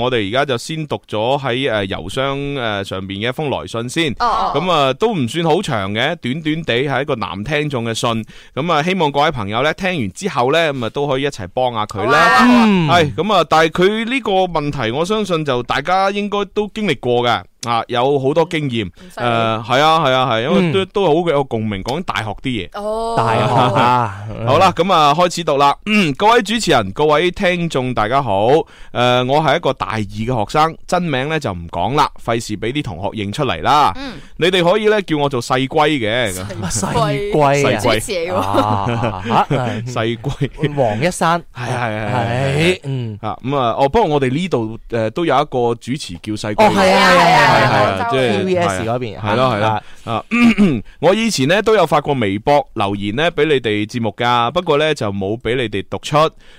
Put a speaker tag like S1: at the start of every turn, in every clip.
S1: 我哋而家就先讀咗喺诶邮箱诶上边嘅一封來信先。
S2: Ờ,
S3: 哦
S1: 咁啊，都唔算好長嘅，短短地係一個男聽眾嘅信。咁啊，希望各位朋友咧聽完之後咧，咁啊都可以一齊幫下佢
S2: Ờ,
S1: 啦。
S4: 嗯，
S1: 係咁啊，但係佢呢個問題，我相信就大家應該都經歷過嘅。啊，有好多經驗，
S3: 唔使
S1: 诶，係啊，係啊，係，因為
S4: 嗯
S1: 都都好有共鳴，講緊大學啲嘢。
S3: 哦，
S4: 大學啊，
S1: 好啦，咁啊，開始讀啦。嗯，各位主持人、各位聽眾，大家好。诶、我係一個大二嘅學生，真名咧就唔講啦，費事俾啲同學認出嚟啦。
S3: 嗯，
S1: 你哋可以咧叫我做細龜嘅，咁
S4: 啊，細
S1: 細
S4: 龜
S1: 龜
S3: 主持嚟
S4: 啊，
S3: 喎，
S4: 啊啊嗯
S1: 細龜
S4: 黃一山，
S1: 係係係係
S4: 係，嗯，
S1: 啊。咁啊，哦，不過我哋呢度诶都有一個主持叫細
S4: 哦，
S1: 龜。
S4: 係啊，係啊，係啊。
S1: 係係係即係
S4: TVS 嗰邊
S1: 係咯係咯，我以前咧都有發過微博留言咧俾你哋節目噶，不過咧就冇俾你哋讀出。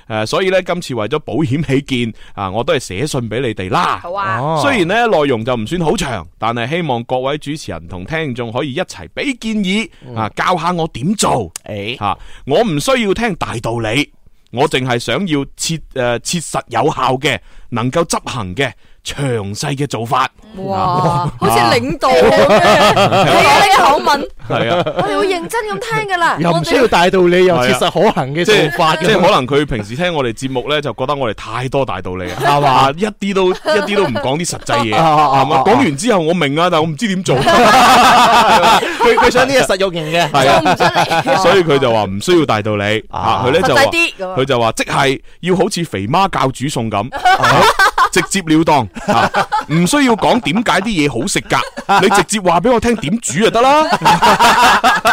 S1: 诶、所以咧今次為咗保險起見，啊，我都係寫信俾你哋啦。
S3: 好啊，
S4: 哦
S1: 虽然咧内容就唔算好長，但係希望各位主持人同聽眾可以一齊俾建議
S4: 嗯
S1: 啊，教下我點做
S4: 誒
S1: 吓、啊我唔需要聽大道理，我淨係想要切诶、呃切实有效嘅，能夠執行嘅詳細嘅做法。
S3: 哇，好似領導咁樣，你啊呢個口吻，
S1: 係啊。
S3: 我哋會認真咁聽噶啦，
S4: 又
S3: 我
S4: 唔需要
S3: 哋
S4: 大道理，又
S1: 係啊
S4: 切實可行 嘅
S1: 即係
S4: 做法
S1: 即
S4: 嘅
S1: 係可能佢平時聽我哋節目咧，就覺得我哋太多大道理啊，
S4: 係嘛
S1: 啊一啲都一啲都唔講啲實際嘢，
S4: 啊啊啊
S1: 係嘛？
S4: 啊
S1: 講完之後我明啊，但我唔知點 做，
S4: 佢佢想呢個實用型嘅，
S1: 係
S3: 做
S1: 啊
S3: 唔，出嚟，
S1: 所以佢就話唔需要大道理
S4: 啊
S1: 啊，佢
S2: ờ,
S1: 咧就
S3: 實
S1: 話
S3: 際啲咁啊
S1: 佢就話即係要好似肥媽教煮 餸咁。啊直接了當啊，唔需要講點解啲嘢好食㗎， 你直接話俾我聽點煮就得啦。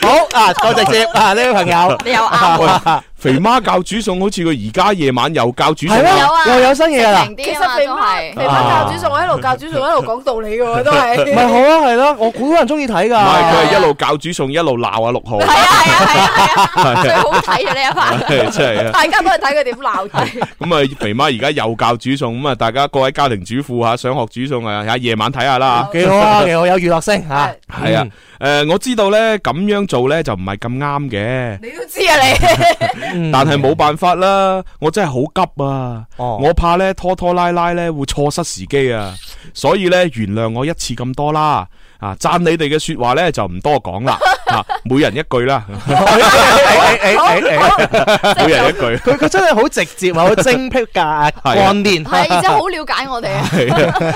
S4: 好啊，夠直接啊，呢位朋友。
S3: 你又啱，
S1: 喂，肥媽教煮餸好似佢而家夜晚又教煮
S4: 係
S1: 餸
S3: 有啊
S4: 咯，又有新嘢啦
S3: 明，
S5: 其
S3: 啲啊
S5: 實
S3: 嘛
S5: 肥
S3: 都
S5: 媽
S3: 係
S5: 肥媽教主仲喺度教主仲喺度講道理嘅喎，都
S4: 唔
S5: 係。
S4: 係好啊，係咯，我估好多人中意睇
S1: 唔係，
S4: 㗎。
S1: 佢係一路教煮餸，一路鬧啊六號，
S3: 係啊係啊係啊係啊，最 好睇啊呢一 part，
S1: 真係啊！
S5: 大家都係睇佢點鬧佢。
S1: 咁啊，肥媽而家又教煮餸，咁啊，大家各位家庭主婦吓，想學煮餸啊，喺夜晚睇下啦
S4: 幾好啊，幾好，有娛樂性嚇。
S3: 嗯
S1: 吓。係啊，诶，我知道咧，咁樣做咧就唔係咁啱嘅，
S5: 你都知啊你。
S4: 嗯，
S1: 但係冇辦法啦，我真係好急啊，
S4: 哦
S1: 我怕咧拖拖拉拉咧會錯失時機啊，所以咧原諒我一次咁多啦。啊！讚你哋嘅说話咧就唔多講啦，啊，每人一句啦，每人一句。
S4: 佢佢真係好直接啊，好精辟㗎幹練。
S3: 係而且好了解我哋啊，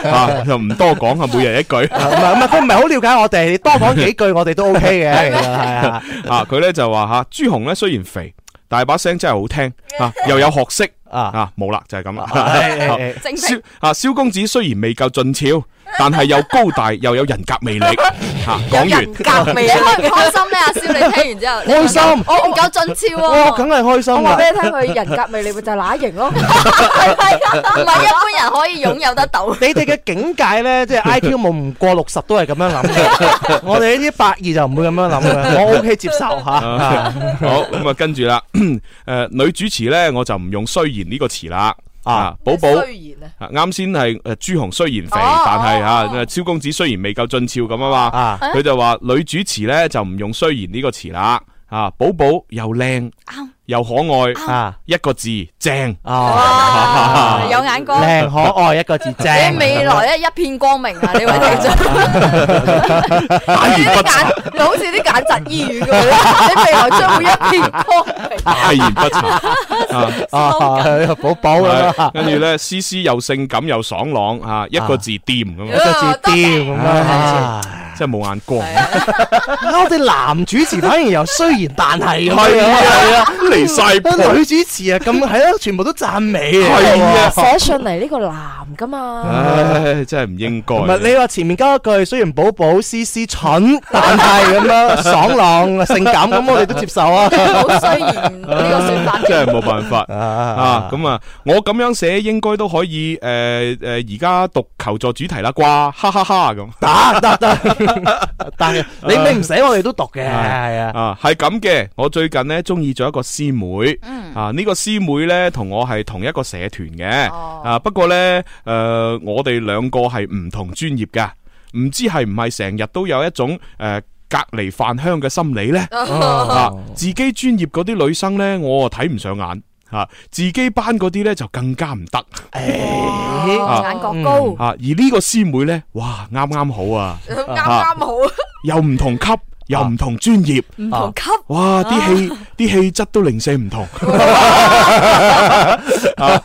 S1: 系啊，就唔多講啊，每人一句
S4: 唔係唔係，佢唔係好了解我哋，你多講幾句我哋都 OK 嘅，其實係啊，
S1: 啊。佢咧就話吓朱紅咧雖然肥，但係把聲真係好聽啊，又有學識
S4: 啊，
S1: 啊，冇啦就係咁 啦。
S4: 係係
S3: 正
S1: 萧
S3: 平
S1: 啊，萧公子雖然未夠俊俏，但係又高大又有人格魅力吓。講完
S5: 革
S3: 你
S5: 命啊！
S3: 開唔開心咧？
S2: à,
S3: 阿蕭，你聽完之後，你
S4: 開
S2: 啊
S4: 心
S3: 我唔夠俊俏
S4: 哇，
S3: 喎。
S4: 梗係開心
S5: 我話
S4: 啦
S5: 俾，你聽，佢人格魅力咪就係乸型咯。
S3: 唔係一般人可以擁有得到。
S4: 你哋嘅境界咧，即係 I Q 冇唔過六十都係咁樣諗嘅，我哋呢啲百二就唔會咁樣諗嘅，我 OK 接受嚇。
S1: 好咁啊，跟住啦， 诶，女主持咧我就唔用雖然呢個詞啦。啊，寶寶
S5: 雖然啊，
S1: 啊啱先係诶朱紅雖然肥，
S3: 哦
S1: 但係
S3: 哦
S1: 吓萧公子雖然未夠俊俏咁啊嘛。
S4: 啊，
S3: 啊
S1: 佢就話女主持呢就唔用雖然呢個詞啦，啊，寶寶又靚又可愛，
S4: 啊
S1: 一個字 正。
S4: 啊，
S2: Ờ.
S3: 哇，有眼光，
S4: 靚可愛一個字正，
S3: 你未來咧一片光明
S2: à,
S3: 啊！你位聽眾，
S1: 打而不查，
S5: 你好似啲簡疾醫院咁樣，你未來將會一片光明。
S1: 大言不查。啊
S4: 啊，寶寶啦，
S1: 係跟住呢，思思又性感又爽朗，啊，一個字掂咁
S3: 哎
S4: 一
S1: 樣，
S4: 個字掂咁樣。啊
S1: 真係冇啊眼光。
S4: 我哋男主持反而又雖然但係咁
S1: 係啊
S4: 樣。
S1: 係啊，離晒譜。
S4: 女主持啊，咁係咯，全部都讚美啊！
S1: 係啊
S5: 寫信嚟呢個男噶
S1: À,
S5: 嘛，
S1: 唉，真係唔應該。啊
S4: 唔係你話前面加一句，雖然寶寶思思蠢，但係咁樣爽朗、性感，咁我哋都接受啊！
S3: 好雖然呢個選法，
S1: 真係冇辦法。啊
S4: 啊，
S1: 咁啊，我咁樣寫應該都可以，诶、诶，而、家讀求助主題啦啩，哈哈哈咁。
S4: 打得得，但係你你唔使我哋都讀嘅，係啊，
S1: 啊，系咁嘅。我最近咧中意咗一個師妹，
S4: 嗯
S1: 啊呢、個師妹咧同我係同一個社團嘅，
S3: 哦
S2: Ờ.
S1: 啊不過咧诶、呃我哋兩個係唔同專業嘅，唔知係唔係成日都有一種诶、呃隔離
S4: 哦
S1: 飯香嘅心理咧，啊自己專業嗰啲女生咧我啊睇唔上眼。吓，自己班嗰啲咧就更加唔得
S5: 哇眼角高，
S4: 哦
S1: 吓，而呢個師妹咧，哇，啱啱好啊，
S5: 啱啱好，
S1: 又唔同級，又唔同專業，
S5: 唔同級，
S1: 哇，
S4: 啊
S1: 啲氣啲氣質都零舍唔 同， 啊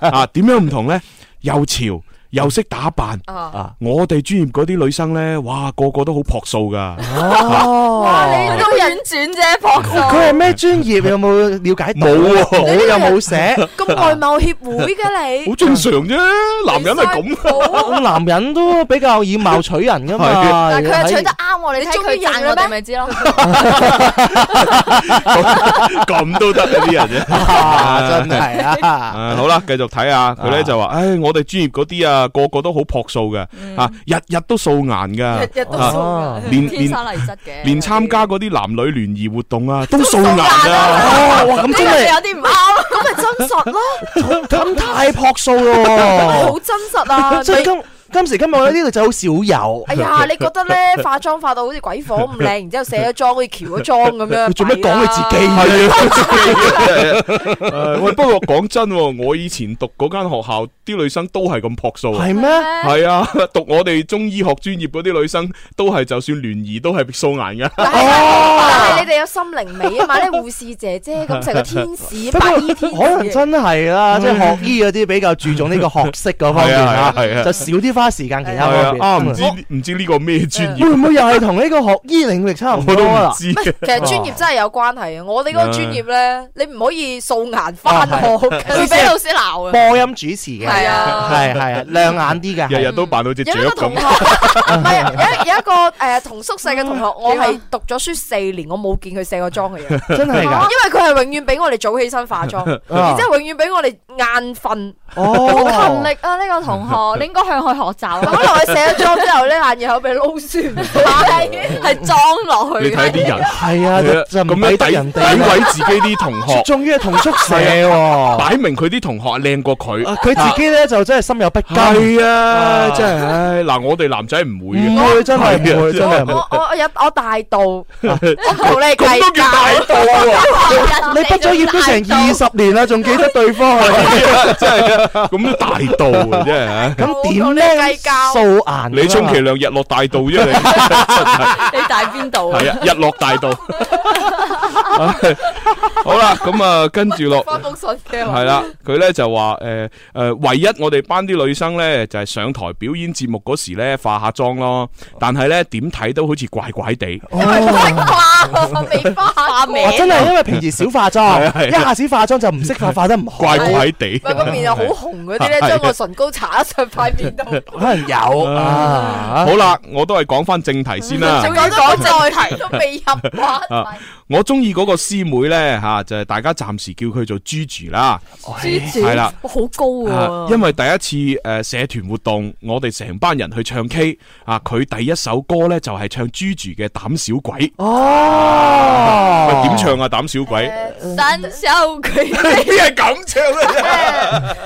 S1: 啊，點樣唔同咧？又潮又識打扮，
S2: Ờ.
S5: 啊，
S1: 我哋專業嗰啲女生咧，哇，個個都好樸素噶。
S4: 哎
S2: Ờ.
S5: 哇，你
S4: 哦，
S5: 都婉轉啫，朴素，
S4: 佢係咩專業？有冇了解到？
S1: 冇喎
S4: 冇又冇寫。
S5: 咁外貿協會嘅你
S1: 好，正常啫，男人係 咁。
S5: 咁，
S4: 咁男人都比較以貌取人噶嘛。
S1: 係
S5: 但啊係佢又取得啱喎，
S3: 你
S5: 你睇
S3: 終於認
S5: 佢讚
S3: 我
S5: 我
S3: 哋
S5: 哋
S3: 咪
S5: 咪
S3: 知咯，
S1: 咁咁都得嘅啲人啫。
S4: 啊真係啊！
S1: 啊，好啦，繼續睇下佢咧就話，唉，我哋專業嗰啲啊，個個都好樸素嘅，啊，日日都素顏噶，
S5: 日日都
S1: 啊
S5: 素
S4: 啊
S1: 連
S3: 天
S1: 連
S3: 生麗質嘅，
S1: 連參加嗰啲男女聯誼活動啊， 都素顏啊，
S4: 哦，哇，咁
S5: 呢
S4: 真
S5: 樣有
S4: 係
S5: 啲唔啱，咁咪真實咯，
S4: 咁太樸素咯
S5: 好真實啊！
S4: 喎！即係
S5: 你
S4: 今今時今日呢度就好少有。
S5: 哎呀，你覺得咧化妝化到好似鬼火咁靚，然之後卸咗妝好似喬咗妝咁樣，
S4: 你做咩
S5: 弊啦
S4: 講你自己？
S1: 係啊真係誒，喂，不過講真喎，我以前讀嗰間學校啲女生都係咁樸素啊。
S4: 係咩？
S1: 係啊， 讀我哋中醫學專業嗰啲女生都係，就算聯誼都係素顏噶。
S5: 但係你哋有心靈美啊嘛，咧護士姐姐咁成個天使，白衣天
S4: 可能
S5: 使。
S4: 真係啦，即係學醫嗰啲比較注重呢個學識嗰方面
S1: 係啊
S4: 啊，
S1: 係啊係啊
S4: 就少啲花時間其他方
S1: 係
S4: 面。
S1: 啊，啊，唔知
S4: 我
S1: 唔知呢個咩專業，
S4: 會唔會又係同呢個學醫領域差唔
S1: 我都
S4: 多啊
S1: 唔
S4: 啦？
S1: 知。
S5: 其實專業真係有關係嘅，我哋嗰個專業咧，你唔可以素顏翻 學，
S3: 會
S5: 會
S3: 俾
S5: 俾
S3: 老
S5: 老
S3: 師鬧嘅，
S4: 播音主持嘅，
S3: 係啊
S4: 係係係亮眼啲嘅，
S1: 日日都扮到只雀
S5: 有一個同
S1: 咁
S5: 學，。唔係有一有一個誒同宿舍嘅同學，我係讀咗書四年，我冇見佢卸過妝嘅
S1: 啊
S5: 樣，
S4: 真係㗎。啊
S5: 因為佢係永遠比我哋早起身化妝，然之後永遠比我哋晏瞓。
S3: 好勤
S4: 哦，
S3: 力啊！呢個同 學，你應該向佢學習
S5: 咁
S3: 啊，
S5: 落去卸咗妝之後咧，眼耳口鼻撈酸，
S3: 係裝落
S1: 你
S3: 去
S1: 睇
S3: 嘅。
S1: 啲人，
S4: 係啊，就就
S1: 咁
S4: 唔抵
S1: 樣
S4: 得
S1: 詆
S4: 人
S1: 詆
S4: 哋，啊
S1: 毀自己啲同 學，
S4: 仲要係同宿舍喎。
S1: 擺明佢啲同學靚過佢。
S4: 啊 Ờ, 佢自己咧就真係心有不甘，
S1: 係啊，
S4: 啊
S1: 真係唉嗱，我哋男仔唔會
S4: 唔
S1: 嘅，啊
S4: 會真係唔會真係唔會。
S5: 我我我有我大度，我同你
S1: 咁都
S5: 計
S1: 叫
S5: 較。
S1: 大度喎，
S4: 你畢咗業都成二十年啦，仲記得對方係咪
S1: 真係啊咁都大度 啊，真係啊！
S4: 咁點
S5: 同你
S4: 咧？
S5: 計較
S4: 素顏
S1: 你充其量日落大道啫，你
S3: 你大邊度啊？
S1: 係 啊，日落大道。 好啦，咁啊，跟住落。
S5: 封信嘅
S1: 系啦，佢咧就話诶诶，唯一我哋班啲女生咧就係上台表演節目嗰時咧化下妝咯，但係咧點睇都好似怪怪地，
S5: 哇，未花名
S4: 哇！真係因為平時少化
S1: 啊係啊
S4: 妝，一下子化妝就唔識化，化得唔好，
S1: 怪怪地。
S5: 喂，個面又好紅嗰啲咧，
S1: 係
S5: 將個唇膏搽一上塊面度。
S4: 可能有
S1: Ờ.
S4: 啊。
S1: 好啦，我都係講翻正題先啦。
S5: 仲要講再題都未入話
S1: 啊我中意嗰個師妹咧吓，就係大家暫時叫佢做 Gigi 啦，
S3: 豬
S1: 係啦
S3: 哇好高
S1: 啊
S3: 喎，
S1: 因為第一次诶社團活動，我哋成班人去唱 K 啊，佢第一首歌咧就係唱 Gigi 嘅《膽小鬼》。喂，，
S4: 哦
S1: 點？唱啊？膽小鬼，
S3: 神秀佢
S1: 啲係咁唱嘅啫。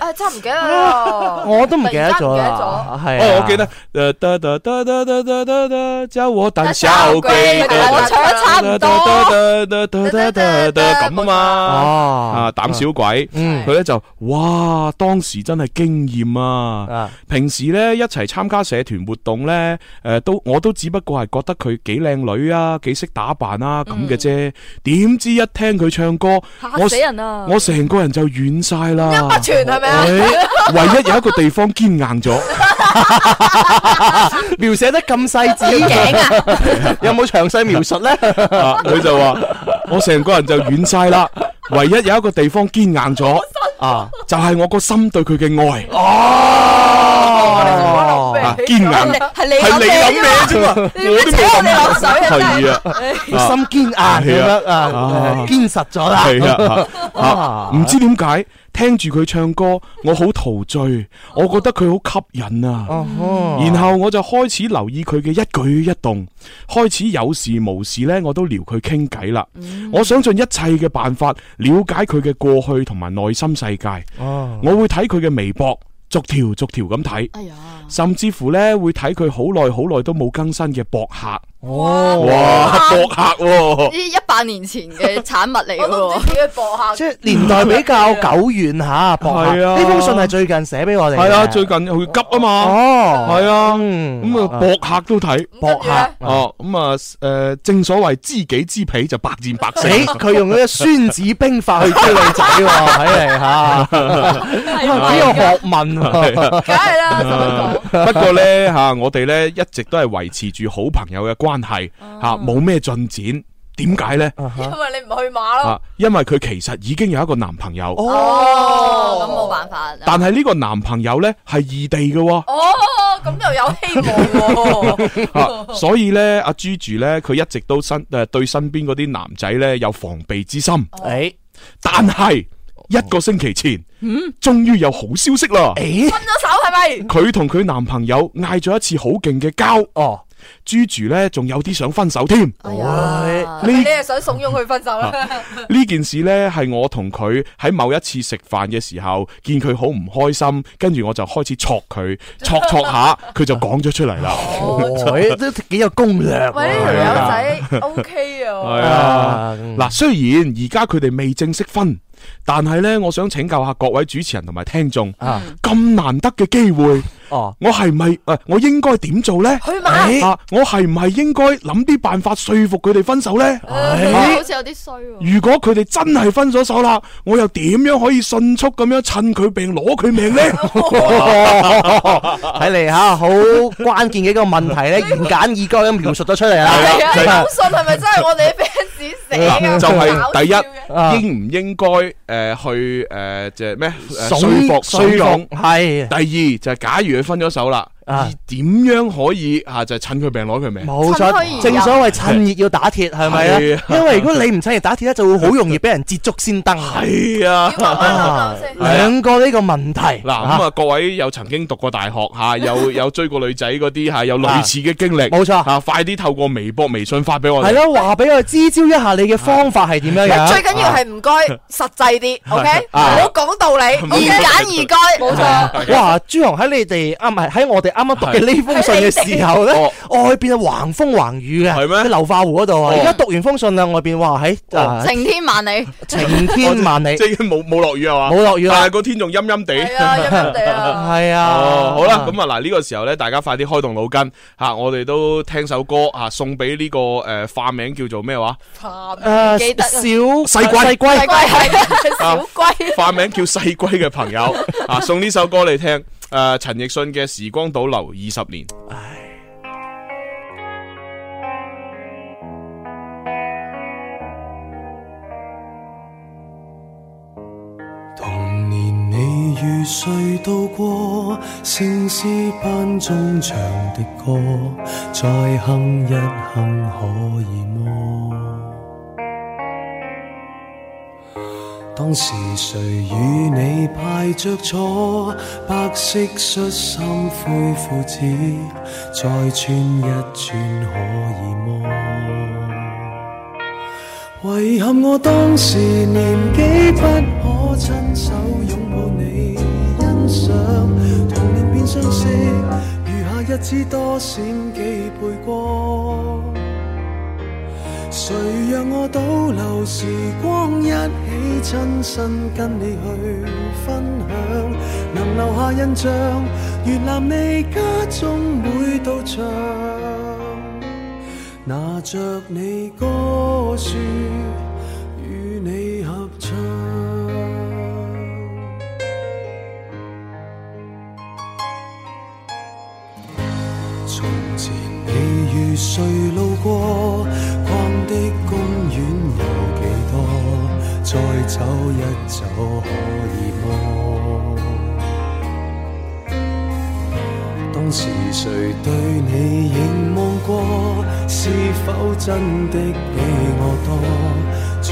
S5: 啊，真係唔記得啦。
S4: 我都唔記得咗啦，係啊
S1: 哦，我記得，呃得得得得得得得得，叫我膽小鬼，
S3: 我唱得差唔多。
S1: 得得得得得得咁啊嘛，啊
S4: 哦，
S1: 膽小鬼，
S4: 嗯
S1: 佢咧就哇，當時真係驚豔啊！
S4: 啊，
S1: 平時咧一齊參加社團活動咧，誒都我都只不過係覺得佢幾靚女啊，幾識打扮啊咁
S3: 嗯
S1: 嘅啫。點知一聽佢唱歌，
S3: 嚇死人啊！
S1: 我成個人就軟晒啦。
S5: 不全係咪啊？
S1: 誒唯一有一個地方堅硬 咗。
S4: 描寫得咁細緻， 有冇詳細描述咧？
S1: 啊，佢就話：我成個人就軟晒啦，唯一有一個地方堅硬咗，
S4: 啊，
S1: 就係我個心對佢嘅愛，
S4: 哦
S1: 啊，堅硬。
S3: 係你
S1: 係你諗咩啫嘛，我都冇諗
S3: 你落水啊！
S1: 係啊，
S4: 個心堅硬咁樣啊，堅實咗啦。
S1: 係啊，啊
S4: 啊
S1: 唔知點解聽住佢唱歌，我好陶醉，我覺得佢好吸引
S4: 哦
S1: 啊。然後我就開始留意佢嘅一舉一動，開始有事無事呢，我都撩佢傾偈啦。我想盡一切嘅辦法了解佢嘅過去同埋內心世界。
S4: 哦，
S1: 我會睇佢嘅微博，逐
S2: 哦
S1: 條逐條咁睇，
S3: 哎呀，
S1: 甚至乎呢會睇佢好耐好耐都冇更新嘅博客。
S4: 哦，
S1: 哇，博客喎，
S2: 呢一百年前嘅產物嚟嘅
S5: 我都唔
S2: 喎。
S5: 知點去播客。
S4: 即係年代比較久遠吓，博客
S1: 係啊
S4: 呢封信係最近寫俾我哋嘅。
S1: 係啊，最近佢急啊嘛，
S4: 哦，
S1: 係啊，
S4: 嗯
S1: 咁啊博客都睇。
S5: 咁
S4: 博
S5: 跟住咧
S4: 客。
S1: 哦，咁啊，诶，正所謂知己知彼就百戰百
S4: 死
S1: 勝。
S4: 佢用嗰啲《孫子兵法》去追女仔喎，睇嚟啊吓，幾
S3: 啊
S4: 有學問喎。
S5: 梗係啦，就咁講。
S1: 啊不過呢，吓，我哋呢一直都係維持住好朋友嘅關係，吓冇咩進展。點解呢？
S5: 因為你唔去馬咯。
S1: 啊，因為佢其實已經有一個男朋友，
S2: 哦，咁冇辦法。
S1: 但係呢個男朋友呢係異地嘅喎。
S5: 哦，咁又有希望喎。
S1: 啊，所以咧，阿 Gigi 咧，佢一直都身诶、对身邊嗰啲男仔咧有防備之心，
S4: 誒
S1: 但係一個星期前，終於有好消息啦！
S4: 誒，
S5: 分咗手係咪？
S1: 佢同佢男朋友嗌咗一次好勁嘅交
S4: 哦，
S1: ，Gigi 咧仲有啲想分手添。
S2: 哎
S4: 呀
S2: 呀，
S5: 你
S1: 呢
S5: 係想慫恿佢分手啦？
S1: 呢件事呢，係我同佢喺某一次食飯嘅時候，見佢好唔開心，跟住我就開始戳佢，戳戳下，佢就講咗出嚟啦。
S4: 誒哦都幾有攻略喎。
S5: 喂，呢條友仔 OK
S1: 係
S5: 啊，
S1: 啊。
S4: 啊，嗱，
S1: 嗱，雖然而家佢哋未正式分，但係呢，我想請教下各位主持人同埋聽眾，
S4: 啊
S1: 咁難得嘅機會，
S4: 哦，
S1: 我係咪诶，我應該點做呢？
S5: 去馬。
S1: 啊，我係唔係應該諗啲辦法說服佢哋分手呢？
S4: 誒
S2: 好似有啲衰喎。
S1: 如果佢哋真係分咗手啦，我又點樣可以迅速咁樣趁佢病攞佢命呢？
S4: 睇嚟吓好關鍵嘅一個問題咧，言簡意賅咁描述咗出嚟啦。
S5: 係啊，呢封信係咪真係我哋啲 fans 寫
S1: 嗱
S5: 嘅？
S1: 就係第一
S5: 好搞笑嘅
S4: 啊
S1: 應唔應該诶去诶即係咩？呃說
S4: 總
S1: 服說服。
S4: 係
S1: 第二就係假如佢分咗手啦，而
S4: 啊
S1: 點樣可以啊就係趁佢病攞佢命？
S4: 冇
S2: 趁虛而
S4: 錯，
S2: 入
S4: 正所謂趁熱要打鐵係咪啊？
S1: 係啊
S4: 因為如果你唔趁熱打鐵咧，就會好容易俾人捷足先登。
S1: 係啊
S5: 要。慢慢諗諗先。
S4: 兩個呢個問題
S1: 嗱咁啊，各位有曾經讀過大學吓，有 有追過女仔嗰啲吓，有類似嘅經歷，
S4: 冇錯
S1: 吓，快啲透過微博、微信發俾我哋。
S4: 係咯，話俾我支招一下你嘅方法係點樣
S1: 哎
S4: 樣？
S5: 最緊要係唔該實際啲，OK，唔
S1: 啊
S5: 好講道理。
S2: 言簡意賅，冇錯。
S4: 哇！朱紅喺你哋啊啱唔係喺我哋啱啱讀嘅呢哦封信嘅 時候咧
S1: 係，
S4: 外邊係橫風橫雨嘅，
S1: 哦係咩
S4: 喺流化湖嗰度啊！
S1: 哦
S4: 而家讀完封信啦，外邊哇喺啊
S2: 晴天萬里，
S4: 晴天萬里
S1: 即，係冇冇落雨啊嘛，
S4: 冇落雨
S1: 但
S4: 啦
S1: 係，個天仲陰陰地。
S5: 係啊，陰陰地啊。
S4: 係啊，
S1: 哦，好啦，咁啊嗱，呢個時候咧，大家快啲開動腦筋吓，我哋都聽首歌啊，送俾呢個诶化名叫做咩話？
S4: 誒
S2: 記得啊
S4: 小
S1: 細龜
S4: 細龜
S5: 係龜係啊小龜，
S1: 化名叫細龜嘅朋友啊，送呢首歌你聽。诶，陳奕迅嘅《時光倒流二十年》。
S6: 童年你與誰度過？聖詩班中唱的歌，再哼一哼可以麼？當時誰與你排着坐？白色恤衫灰褲子，再穿一穿可以麼？遺憾我當時年紀不可親手擁抱你，欣賞童年變相識，餘下日子多閃幾倍光。誰讓我倒流時光，一起親身跟你去分享，能留下印象，越南你家中每道牆。拿着你歌書與你合唱。從前你與誰路過，逛的公園有幾多？再走一走可以麼？當時誰對你凝望過？是否真的比我多？再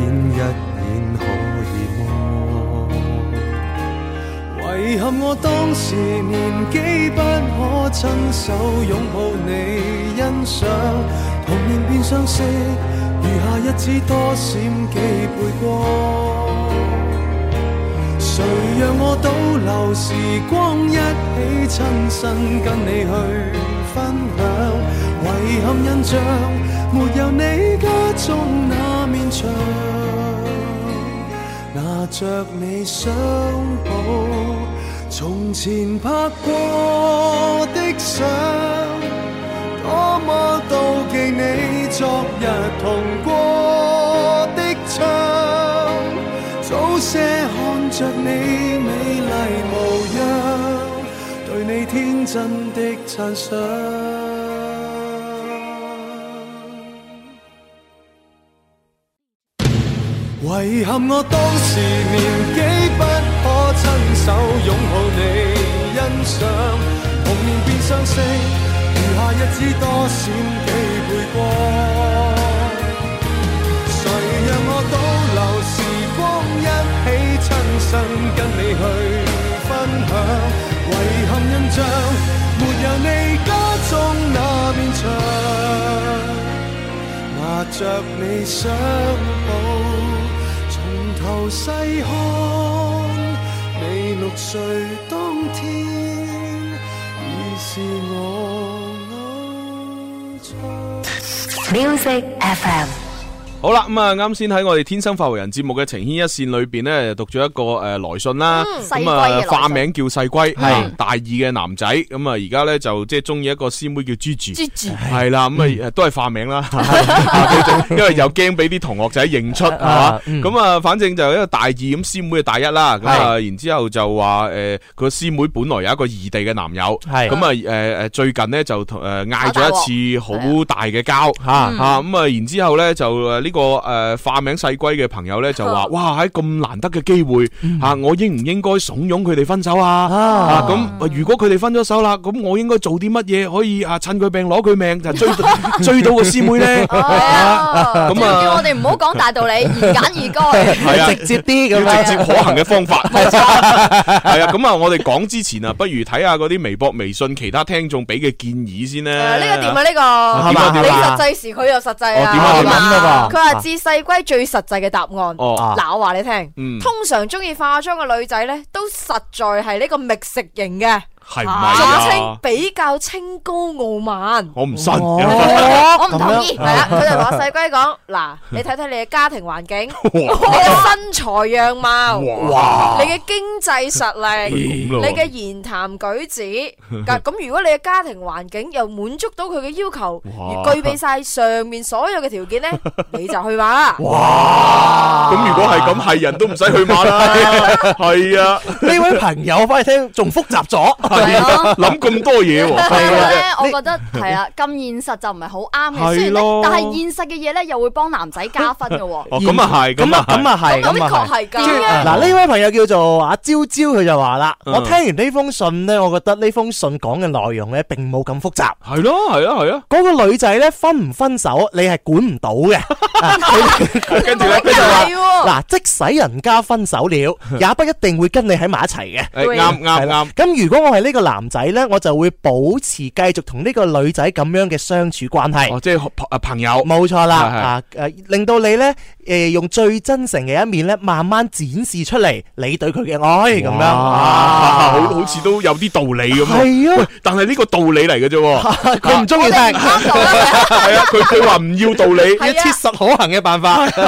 S6: 演一演可以麼？遺憾我當時年紀不可親手擁抱你欣賞，童年變相識，餘下日子多閃幾倍光。誰讓我倒流時光，一起親身跟你去分享，遺憾印象，沒有你家中那面牆，拿着你相簿，從前拍過的相，多麼妒忌你昨日同過的窗。早些看着你美麗模樣，對你天真的讚賞。遺憾我當時年紀不可親手擁抱你欣賞，童年變相識，餘下日子多閃幾倍光。誰讓我倒流時光，一起親身跟你去分享。遺憾印象，沒有你家中那面牆，拿着你相簿，從頭細看，你六歲當天，已是我偶像。
S7: Music FM.
S1: 好啦，咁啊，啱先喺我哋《天生發為人》節目嘅情牽一線裏边咧，讀咗一個诶來信啦，咁
S2: 細龜嘅來
S1: 啊
S2: 信
S1: 化名叫細龜，啊大二嘅男仔，咁啊而家咧就即係中意一個師妹叫 Gigi，
S3: Gigi
S1: 係啦，咁啊都係化名啦，佢就因為又驚俾啲同學仔認出，係嘛，
S4: 嗯
S1: 咁啊反正就一個大二，咁師妹係大一啦，咁啊然之后就話诶個師妹本來有一個異地嘅男友，
S4: 係
S1: 咁啊诶诶最近咧就同诶嗌咗一次好大嘅交。
S4: 吓
S1: 吓咁啊，然之后咧就诶呢個诶化名細龜嘅朋友咧就話：哇喺咁難得嘅機會吓，我應唔應該慫恿佢哋分手啊？啊
S4: 啊
S1: 咁如果佢哋分咗手啦，咁我應該做啲乜嘢可以啊趁佢病攞佢命就追 追到個師妹咧？
S4: 啊
S2: 哦，
S1: 咁啊
S2: 叫我哋唔好講大道理，言簡 意賅。
S1: 係啊
S4: 直接啲咁
S1: 要
S4: 樣
S1: 直接可行嘅方 法，係啊！咁啊，我哋講之前啊，不如睇下嗰啲微博、微信其他聽眾俾嘅建議先咧。
S5: 誒呢個點啊？呢
S1: 點啊
S5: 個
S1: 點
S5: 你
S4: 啊
S5: 實際時佢又實際
S1: 哦點啊
S5: 啦
S1: 點。
S4: 啊
S5: 佢話至細龜最實際嘅答案。
S1: 哦，
S4: 啊
S5: 嗱，我話你聽，
S1: 嗯，
S5: 通常中意化妝嘅女仔咧，都實在係呢個覓食型嘅，
S1: 係唔
S5: 俗
S1: 係
S5: 稱
S1: 啊？
S5: 比較清高傲慢。
S1: 我唔信。
S4: 哦
S2: 我唔 同意
S5: 系。啦，佢就同阿細龜講：嗱，你睇睇你嘅家庭環境，你
S1: 哇
S5: 嘅身材樣貌，
S1: 哇
S5: 你嘅經濟實力。
S1: 咁咯
S5: 你嘅言談舉 止，咁咁如果你嘅家庭環境又滿足到佢嘅要求，
S1: 哇
S5: 而具備晒上面所有嘅條 件呢，你就去玩啦。
S1: 咁如果係咁，係人都唔使去馬 啦。係啊，
S4: 呢位朋友翻去聽仲複雜 咗，
S2: 係咯。
S1: 諗咁多嘢
S2: 不過
S1: 喎。
S2: 咧，我覺得係啦，咁現實就唔係好啱嘅。雖
S1: 係
S2: 然
S1: 咯
S2: 咧，但係現實嘅嘢咧，又會幫男仔加分嘅喎。
S1: 哦，咁啊係，
S4: 咁啊咁
S1: 啊
S4: 啊係，
S5: 咁的
S4: 咁啊
S5: 確
S4: 係。
S5: 係㗎。
S2: 點樣
S4: 嗱呢位朋友叫做阿朝朝，佢就話啦：，
S1: 嗯
S4: 我聽完呢封信呢，我覺得呢封信講嘅內容呢並冇咁複雜。
S1: 係，係咯係啊咯係咯。
S4: 嗰個女仔呢，分唔分手，你係管唔到 嘅。啊 佢
S1: 跟住咧，
S5: 係喎
S4: 嗱，即使人家分手了，也不一定會跟你喺埋一齊嘅。
S1: 誒啱啱
S4: 係啦
S1: 啱，
S4: 咁如果我係呢個男仔呢，我就會保持繼續同呢個女仔咁樣嘅相處關係。
S1: 哦，即係朋啊朋友。
S4: 冇錯啦，
S1: 係係
S4: 啊誒，令到你呢，誒用最真誠嘅一面呢，慢慢展示出嚟你對佢嘅愛咁樣。
S1: 哇好
S4: 啊
S1: 好似都有啲道理咁啊。
S4: 係啊，
S1: 但係呢個道理嚟嘅啫喎，
S4: 佢唔中意聽，
S2: 啱講啦。
S1: 係啊，佢佢話唔要道理，
S5: 啊
S4: 要切實可行嘅辦法。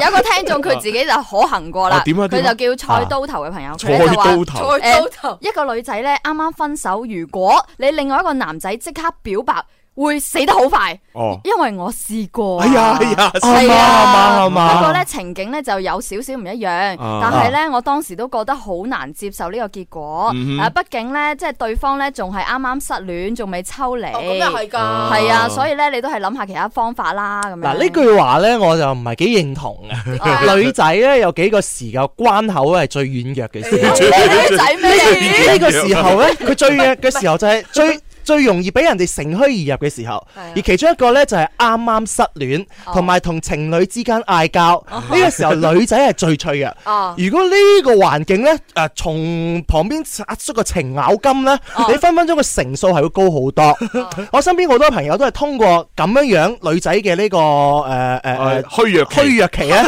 S2: 有一個聽眾佢自己就可行過
S1: 啊
S2: 啦，
S1: 點哦啊點啊啊
S2: 佢就叫菜刀頭嘅朋友，佢
S1: 菜
S2: 咧就話
S1: 刀
S4: 啊
S1: 頭，
S5: 再糟蹋
S2: 一個女仔咧啱啱分手，如果你另外一個男仔即刻表白，會死得好快，
S1: 哦，
S2: 因為我試過啊。
S1: 哎呀哎呀，
S2: 係啊
S4: 啱啊啱啊啱啊
S2: 不過咧情景咧就有少少唔一樣，
S1: 啊
S2: 但係咧我當時都覺得好難接受呢個結果。
S1: 嗯哼
S2: 啊，畢竟咧即係對方咧仲係啱啱失戀，仲未抽離。
S5: 哦咁又係㗎。
S2: 係啊，所以咧你都係諗下其他方法啦。咁樣
S4: 嗱 呢句話呢，我就唔係幾認同嘅。
S2: 啊
S4: 女仔呢，有幾個時候關口係最軟弱嘅
S5: 哎
S4: 時候。
S2: 女仔咩嚟？
S4: 呢個時候 咧，佢最弱嘅時候就係最最容易俾人哋乘虛而入嘅時候，
S5: 係啊
S4: 而其中一個咧就係啱啱失戀，
S2: 哦
S4: 同埋同情侶之間嗌交，
S5: 哦
S4: 呢個時候女仔係最脆弱。
S2: 哦
S5: 啊，
S4: 如果呢個環境咧，誒從旁邊擦出個程咬金咧，你分分鐘個成數係會高好多。我身邊好多朋友都係通過咁樣樣女仔嘅呢個呃誒誒
S1: 誒
S4: 誒
S1: 虛弱期
S4: 啊 虛弱期咧，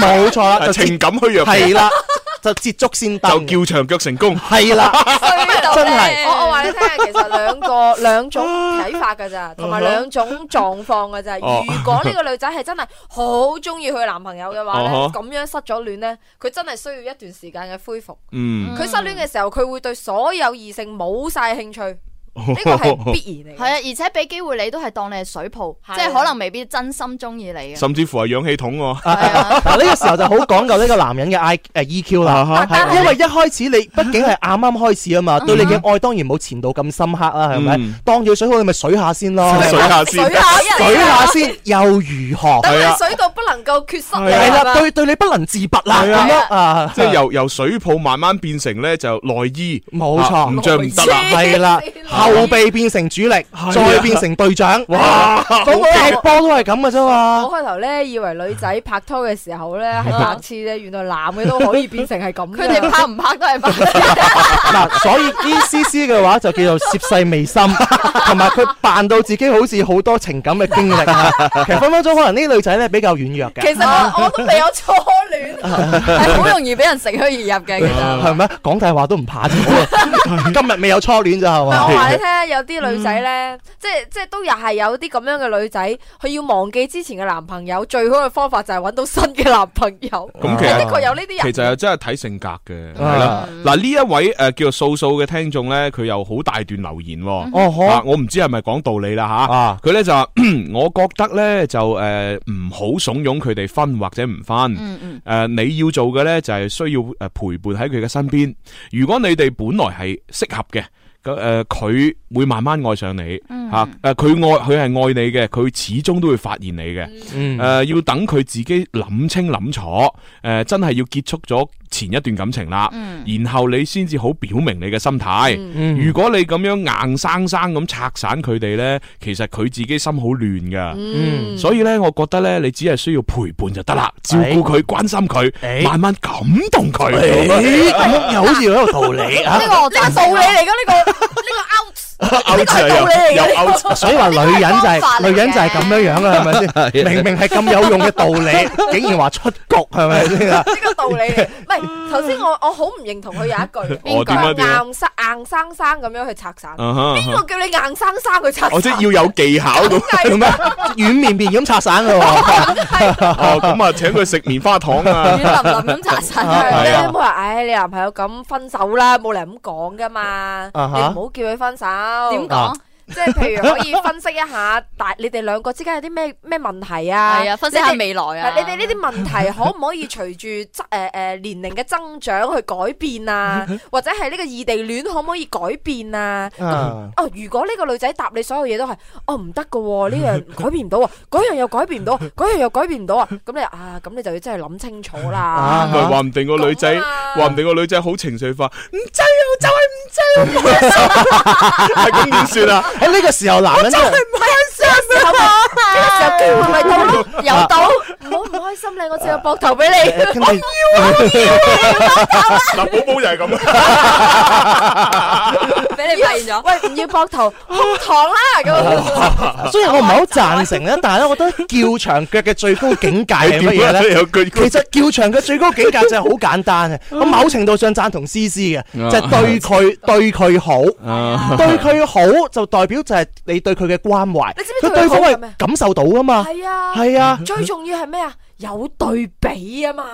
S4: 冇錯啦，就
S1: 啊情感虛弱期，
S4: 係啦，就捷足先登。
S1: 就叫長腳成功。
S4: 係啦，真係
S5: 我我話你聽，其實兩個兩種睇法㗎咋，同埋兩種狀況㗎咋。
S1: 哦
S5: 如果呢個女仔係真係好中意佢男朋友嘅話咧，
S1: 哦
S5: 咁樣失咗戀咧，佢真係需要一段時間嘅恢復。
S1: 嗯，
S5: 佢失戀嘅時候，佢會對所有異性冇晒興趣，呢個係必然嚟
S2: 系
S5: 嘅。
S2: 啊，而且俾機會你都係當你係水泡，
S5: 係啊
S2: 即係可能未必真心中意
S4: 嗯
S2: 你嘅。
S1: 甚至乎係氧氣筒喎。
S2: 係 啊
S4: 嗱，呢個時候就好講究呢個男人嘅 I 誒 EQ
S1: 啊哈
S4: 啦，係因為一開始你畢竟係啱啱開始啊嘛，對你嘅愛當然冇前度咁深刻啦，係
S1: 嗯
S4: 咪？當住水好你咪水下先咯，
S1: 水下先
S5: 水下先
S4: 水下先又如何？
S5: 等
S1: 係啊
S5: 你水到不能夠缺失你
S4: 係
S5: 係
S4: 啦，
S5: 嘛
S4: 對對你不能自拔啦，
S1: 係啊
S4: 咁樣啊，
S1: 即係由由水泡慢慢變成咧就內衣，
S4: 冇錯
S1: 啊唔着唔得啦。啊
S4: 係啦，後備變成主力，再變成隊長，哇！嗰個踢波都係咁嘅啫嘛
S5: 我。開頭咧以為女仔拍拖嘅時候咧係白痴啫，原來男嘅都可以變成係咁㗎。
S2: 佢哋拍唔拍都 係拍。
S4: 嗱，所以 E C C 嘅話就叫做涉世 未深，同埋佢扮到自己好似好多情感嘅經 歷啊。其實分分鐘可能呢啲女仔咧比較軟弱
S5: 其
S4: 嘅，
S5: 實我我都未有初戀，係好容易俾人乘虛而入嘅。其實。
S4: 係咪？講大話都 唔怕醜啊！今日未有初戀咋係
S5: 我
S1: 哦
S4: 嘛？
S5: 話你聽，有啲女仔咧，
S1: 嗯
S5: 即係即係都又係有啲咁樣嘅女仔，佢要忘記之前嘅男朋友，最好嘅方法就係揾到新嘅男朋友。
S1: 咁其
S5: 的
S1: 實
S5: 確有呢啲
S1: 其
S5: 人，
S1: 實又真係睇性格嘅，係啦
S4: 啊。
S1: 嗱呢一位誒叫做素素嘅聽眾咧，佢有好大段留言喎。
S4: 哦
S1: 啊
S4: 呵，
S1: 我唔知係咪講道理啦嚇。
S4: 啊
S1: 佢咧就 話：我覺得咧就誒唔好慫恿佢哋分或者唔分。
S2: 嗯嗯，
S1: 誒、你要做嘅呢，就係、需要誒呃陪伴喺佢嘅身邊。如果你哋本來係適合嘅，咁誒佢會慢慢愛上你嚇。誒佢、愛佢係愛你嘅，佢始終都會發現你嘅。誒、
S4: 嗯
S1: 呃要等佢自己諗清諗楚，誒、真係要結束咗前一段感情啦，然後你先至好表明你嘅心態。
S5: 嗯
S1: 如果你咁樣硬生生咁拆散佢哋呢，其實佢自己心好亂噶。
S4: 嗯，
S1: 所以咧，我覺得咧，你只係需要陪伴就得啦，
S5: 哎
S1: 照顧佢，關心佢，
S4: 哎
S1: 慢慢感動佢。
S5: 哎
S4: 咦，咁又好似有一個道理啊
S2: 呢！個我
S5: 呢個
S2: 贊
S5: 道
S2: 成
S5: 理
S2: 啊。
S5: 嚟噶，呢個呢個 out。
S1: 勾仔
S5: 道理嚟嘅呢個
S1: 勾仔
S4: 所以話女人就
S2: 呢個係方法
S4: 係
S2: 嚟嘅
S4: 女人就係咁樣樣啦，係咪先？明明係咁有用嘅道理，竟然話出局，係咪先啊？
S5: 呢個道 理嚟，唔係頭先我我好唔認同佢有一句，
S1: 哦點啊點啊
S5: 硬生硬生生咁樣去拆散，
S1: 啊哈
S5: 哎
S1: 哦
S5: 邊個叫你硬生生去拆散？
S1: 我即係要有技巧 咁。
S4: 做咩軟綿綿咁拆散嘅喎？
S1: 哦，咁啊，請佢食棉花糖啊。
S2: 軟淋淋咁擦晒
S1: 啊
S2: 佢。
S5: 你都冇話，唉，你男朋友咁分手啦，冇理由咁講噶嘛，你
S4: 啊
S5: 唔
S4: 哈
S5: 好叫佢分手。
S2: 點講？
S5: 即係譬如可以分析一下，大你哋兩個之間有啲咩咩問題啊？
S2: 係啊，分析下
S5: 你哋。
S2: 未來啊。
S5: 係你哋呢啲問題可唔可以隨住增誒誒年齡嘅增長去改變啊？或者係呢個異地戀可唔可以改變啊？
S4: 啊
S5: 哦，如果呢個女仔答你所有嘢都係，哦唔得噶喎，呢樣改變唔到啊，嗰樣又改變唔到啊，嗰樣又改變唔到啊，咁你啊咁你就要真係諗清楚
S4: À,
S5: 啦。
S4: 啊
S1: 唔係話唔定個女仔，
S5: 咁哎啊
S1: 話唔定個女仔好情緒化， 唔制啊，就係唔制啊，係咁點算啊？
S4: 喺呢個時候男人真係
S5: 唔開心啊！呢個時候機會咪到咯，有到，唔好唔開心你，我借
S2: À.
S5: 個膊頭俾你。
S4: 跟住
S1: 嗱，寶寶就係咁啊。
S2: 俾你發 現咗。
S5: 喂，唔要膊頭，胸膛啦咁。
S4: 雖然我唔係好贊成咧，但係咧，我覺得叫長腳嘅最高境界係 乜嘢咧？
S1: 啊有句
S4: 其實叫長嘅最高境界就係好簡單嘅，我某程度上贊同 C C 嘅，就係對佢對佢好，
S1: 啊
S4: 對佢好就代表就係你對佢嘅關懷
S5: 你知唔，知
S4: 佢
S5: 對佢
S4: 對
S5: 好
S4: 方
S5: 係
S4: 係
S5: 咩
S4: 感受到噶嘛，
S5: 係啊，
S4: 係啊，
S5: 最重要係咩啊？有對比啊嘛，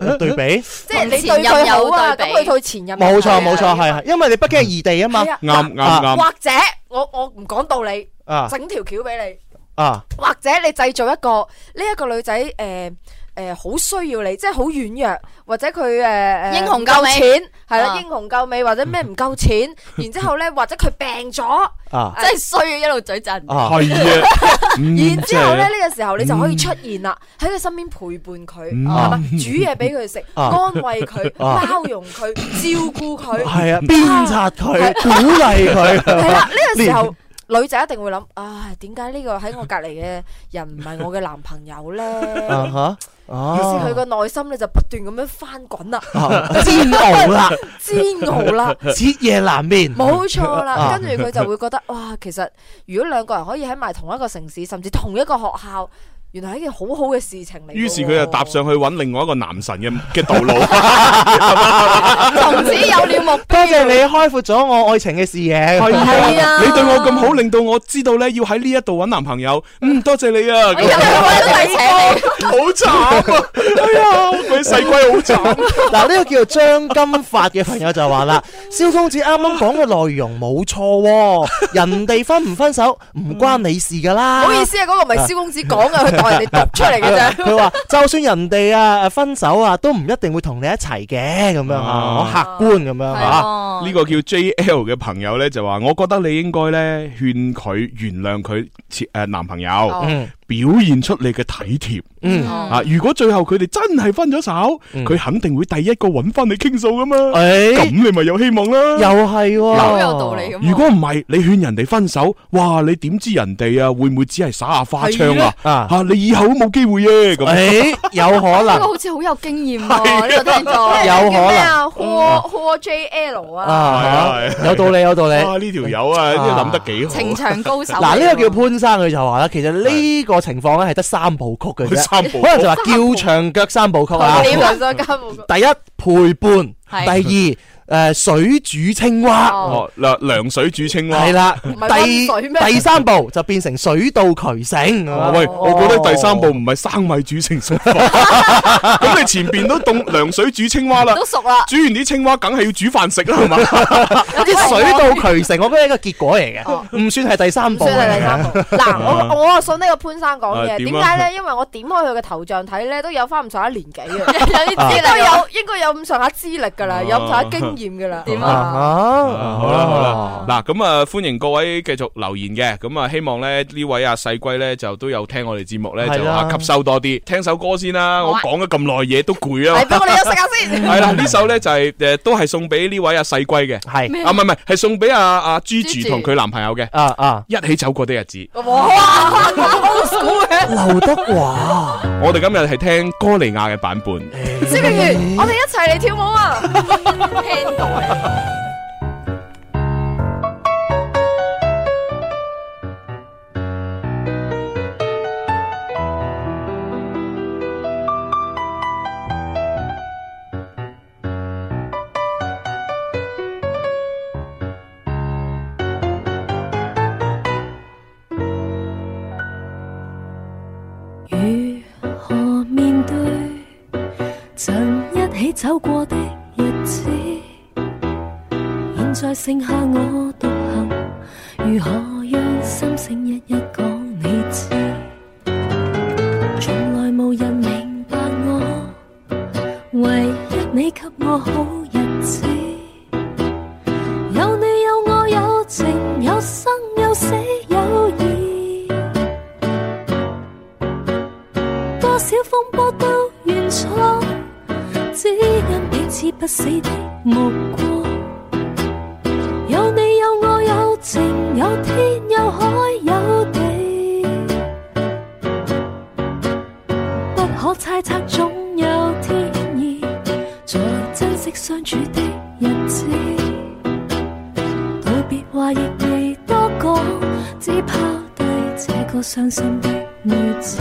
S4: 有對比，
S5: 即係你對佢好啊，
S2: 前任有對
S5: 咁
S2: 比
S5: 佢對前任
S4: 冇錯冇錯，係係，因為你畢竟係異地啊嘛
S5: 啊係，啊，
S1: 啱啱
S5: 嗱
S1: 啱，
S5: 或者我我唔講道理，
S4: 啊
S5: 整條橋俾
S4: 啊，
S5: 你，或者你製造一個呢一個女仔誒。誒，好、需要你，即係好軟弱，或者佢誒誒
S2: 英雄
S5: 唔
S2: 救
S5: 夠
S2: 美
S5: 錢，係啦，
S2: 啊
S5: 英雄救美或者咩唔夠錢，然之後咧，或者佢病咗，
S4: 啊
S2: 真係衰，一路嘴震。
S4: 啊。
S1: 係啊。嗯
S5: 然之後咧，
S1: 真係
S5: 呢個時候你就可以出現啦，喺佢身邊陪伴佢，係
S1: 嗯
S5: 嘛？煮嘢俾佢食，
S4: 啊
S5: 安慰佢，
S4: 啊
S5: 包容佢，照顧 佢。
S4: 係啊，鞭策佢，鼓勵
S5: 係
S4: 佢。
S5: 啦，呢個時候。女仔一定會諗，唉，點解呢個喺我隔離嘅人唔係我嘅男朋友咧？
S4: 啊
S5: 於
S4: 哈，
S5: 是佢
S4: 哦，
S5: 個內心咧就不斷咁樣翻滾啦，
S4: 啊煎熬 啦，
S5: 煎熬啦，
S4: 徹夜難眠。
S5: 冇錯啦。
S4: 啊
S5: 跟住佢就會覺得，哇，其實如果兩個人可以喺埋同一個城市，甚至同一個學校，原來係一件好好嘅事情嚟㗎喎。
S1: 於是佢就踏上去揾另外一個男神嘅嘅道 路。
S2: 從此有了目
S4: 多謝你開闊咗我愛情嘅視野。
S1: 係
S5: 係啊
S1: 你對我咁好，令到我知道呢要喺呢一度揾男朋友。嗯，多謝你啊！
S2: 哎
S1: 咁好慘啊！哎呀，佢細龜好慘。
S4: 嗱，呢個叫做張金發嘅朋友就話啦：，蕭公子啱啱講嘅內容冇錯喎，人哋分唔分手唔關你事㗎啦。
S5: 唔好意思啊，嗰個唔係蕭公子講啊嘅，佢代人哋讀出嚟 嘅啫。
S4: 佢話：就算人哋啊分手啊，都唔一定會同你一齊嘅咁樣啊，我客觀咁樣啊。
S2: 啊
S1: 呢個叫 JL 嘅朋友呢，就話，我覺得你應該呢勸佢原諒佢前誒男朋友，
S4: 嗯
S1: 表現出你嘅體貼。
S4: 嗯，
S1: 啊！如果最後佢哋真係分咗手，佢肯定會第一個揾翻你傾訴噶嘛，
S4: 啊
S1: 咁
S4: 誒，
S1: 你咪有希望啦。
S4: 哎又係喎，
S2: 好有道理。咁。
S1: 如果唔係，你勸人哋分手，哇！你點知人哋啊會唔會只係耍下花槍啊？
S4: 啊
S1: 吓你以後都冇機會嘅咁。
S4: 誒，哎有可
S2: 呢個
S4: 能
S2: 好似好有經驗喎，呢個聽眾。
S4: 啊 有可能嗯
S5: 咩啊？Who Who JL 啊？
S4: 啊
S1: 係，係
S4: 有道理，有道理。
S1: 哇！呢條友啊，真係諗得幾好。
S2: 情場高手。
S4: 嗱，呢個叫潘生，佢就話啦，其實呢個情況咧係得三部曲嘅啫，
S1: 三部
S4: 可能就話叫長腳三部曲啊。
S5: 點啊？再加冇個
S4: 第一陪伴，
S2: 係
S4: 第二誒呃水煮青蛙，
S1: 哦，嗱，涼水煮青蛙。
S4: 係啦。
S5: 唔係溫
S4: 第
S5: 水咩
S4: 第三步就變成水到渠成。啊
S1: 哦喂，我覺得第三步唔係生米煮成熟飯，咁你前邊都凍涼水煮青蛙啦，
S2: 都熟啦，
S1: 煮完啲青蛙梗係要煮飯食啦，係嘛？
S4: 有啲水到渠成，我覺得係一個結果嚟嘅，唔算係第三
S5: 哦唔
S4: 步
S5: 算
S4: 嚟
S5: 係第
S4: 嘅。
S5: 三步。嗱，我我啊信呢個潘生講
S1: 啊
S5: 嘅，
S1: 點
S5: 點
S1: 啊
S5: 解咧？因為我點開佢嘅頭像睇咧，都 有翻咁上下年紀嘅，
S2: 有啲
S5: 應
S2: 資料
S5: 該有應該有咁上下資歷㗎啦，有咁上下經驗㗎啦。
S2: 點
S4: 啊
S2: 啊？
S1: 啊好啦好啦，嗱咁啊，歡迎各位繼續留言嘅，咁啊，希望咧呢位阿細龜咧就都有聽我哋節目咧，
S4: 係
S1: 就啊
S4: 啦
S1: 吸收多啲，聽首歌先啦。
S2: 好
S1: 我
S2: 啊
S1: 講咗咁耐嘢都攰
S5: 係
S1: 啦，
S5: 俾我哋休息下先。
S1: 係啦，呢首咧就係誒都係送俾呢位阿細龜嘅，
S4: 係
S2: 咩
S1: 啊唔係唔係，係送俾阿阿 Gigi
S2: Gigi
S1: 同佢男朋友嘅，
S4: 啊啊，
S1: 一起走過的日子。
S5: 哇！好 school 嘅。
S4: 劉德華，
S1: 我哋今日係聽歌利亞嘅版本，
S5: 蕭敬元，我哋一齊嚟跳舞啊！
S2: 聽到啊
S7: 如何面對曾一起走過的日子？現在剩下我獨行，如何讓心聲一一講你知？從來無人明白我，唯一你給我好日子。有你有我有情有生有死有義。多少風波都原創，只因彼此不死的目光。有你有我有情有天有海有地，不可猜測總有天意，在珍惜相處的日子。道別話亦未多講，只拋低這個傷心的女子。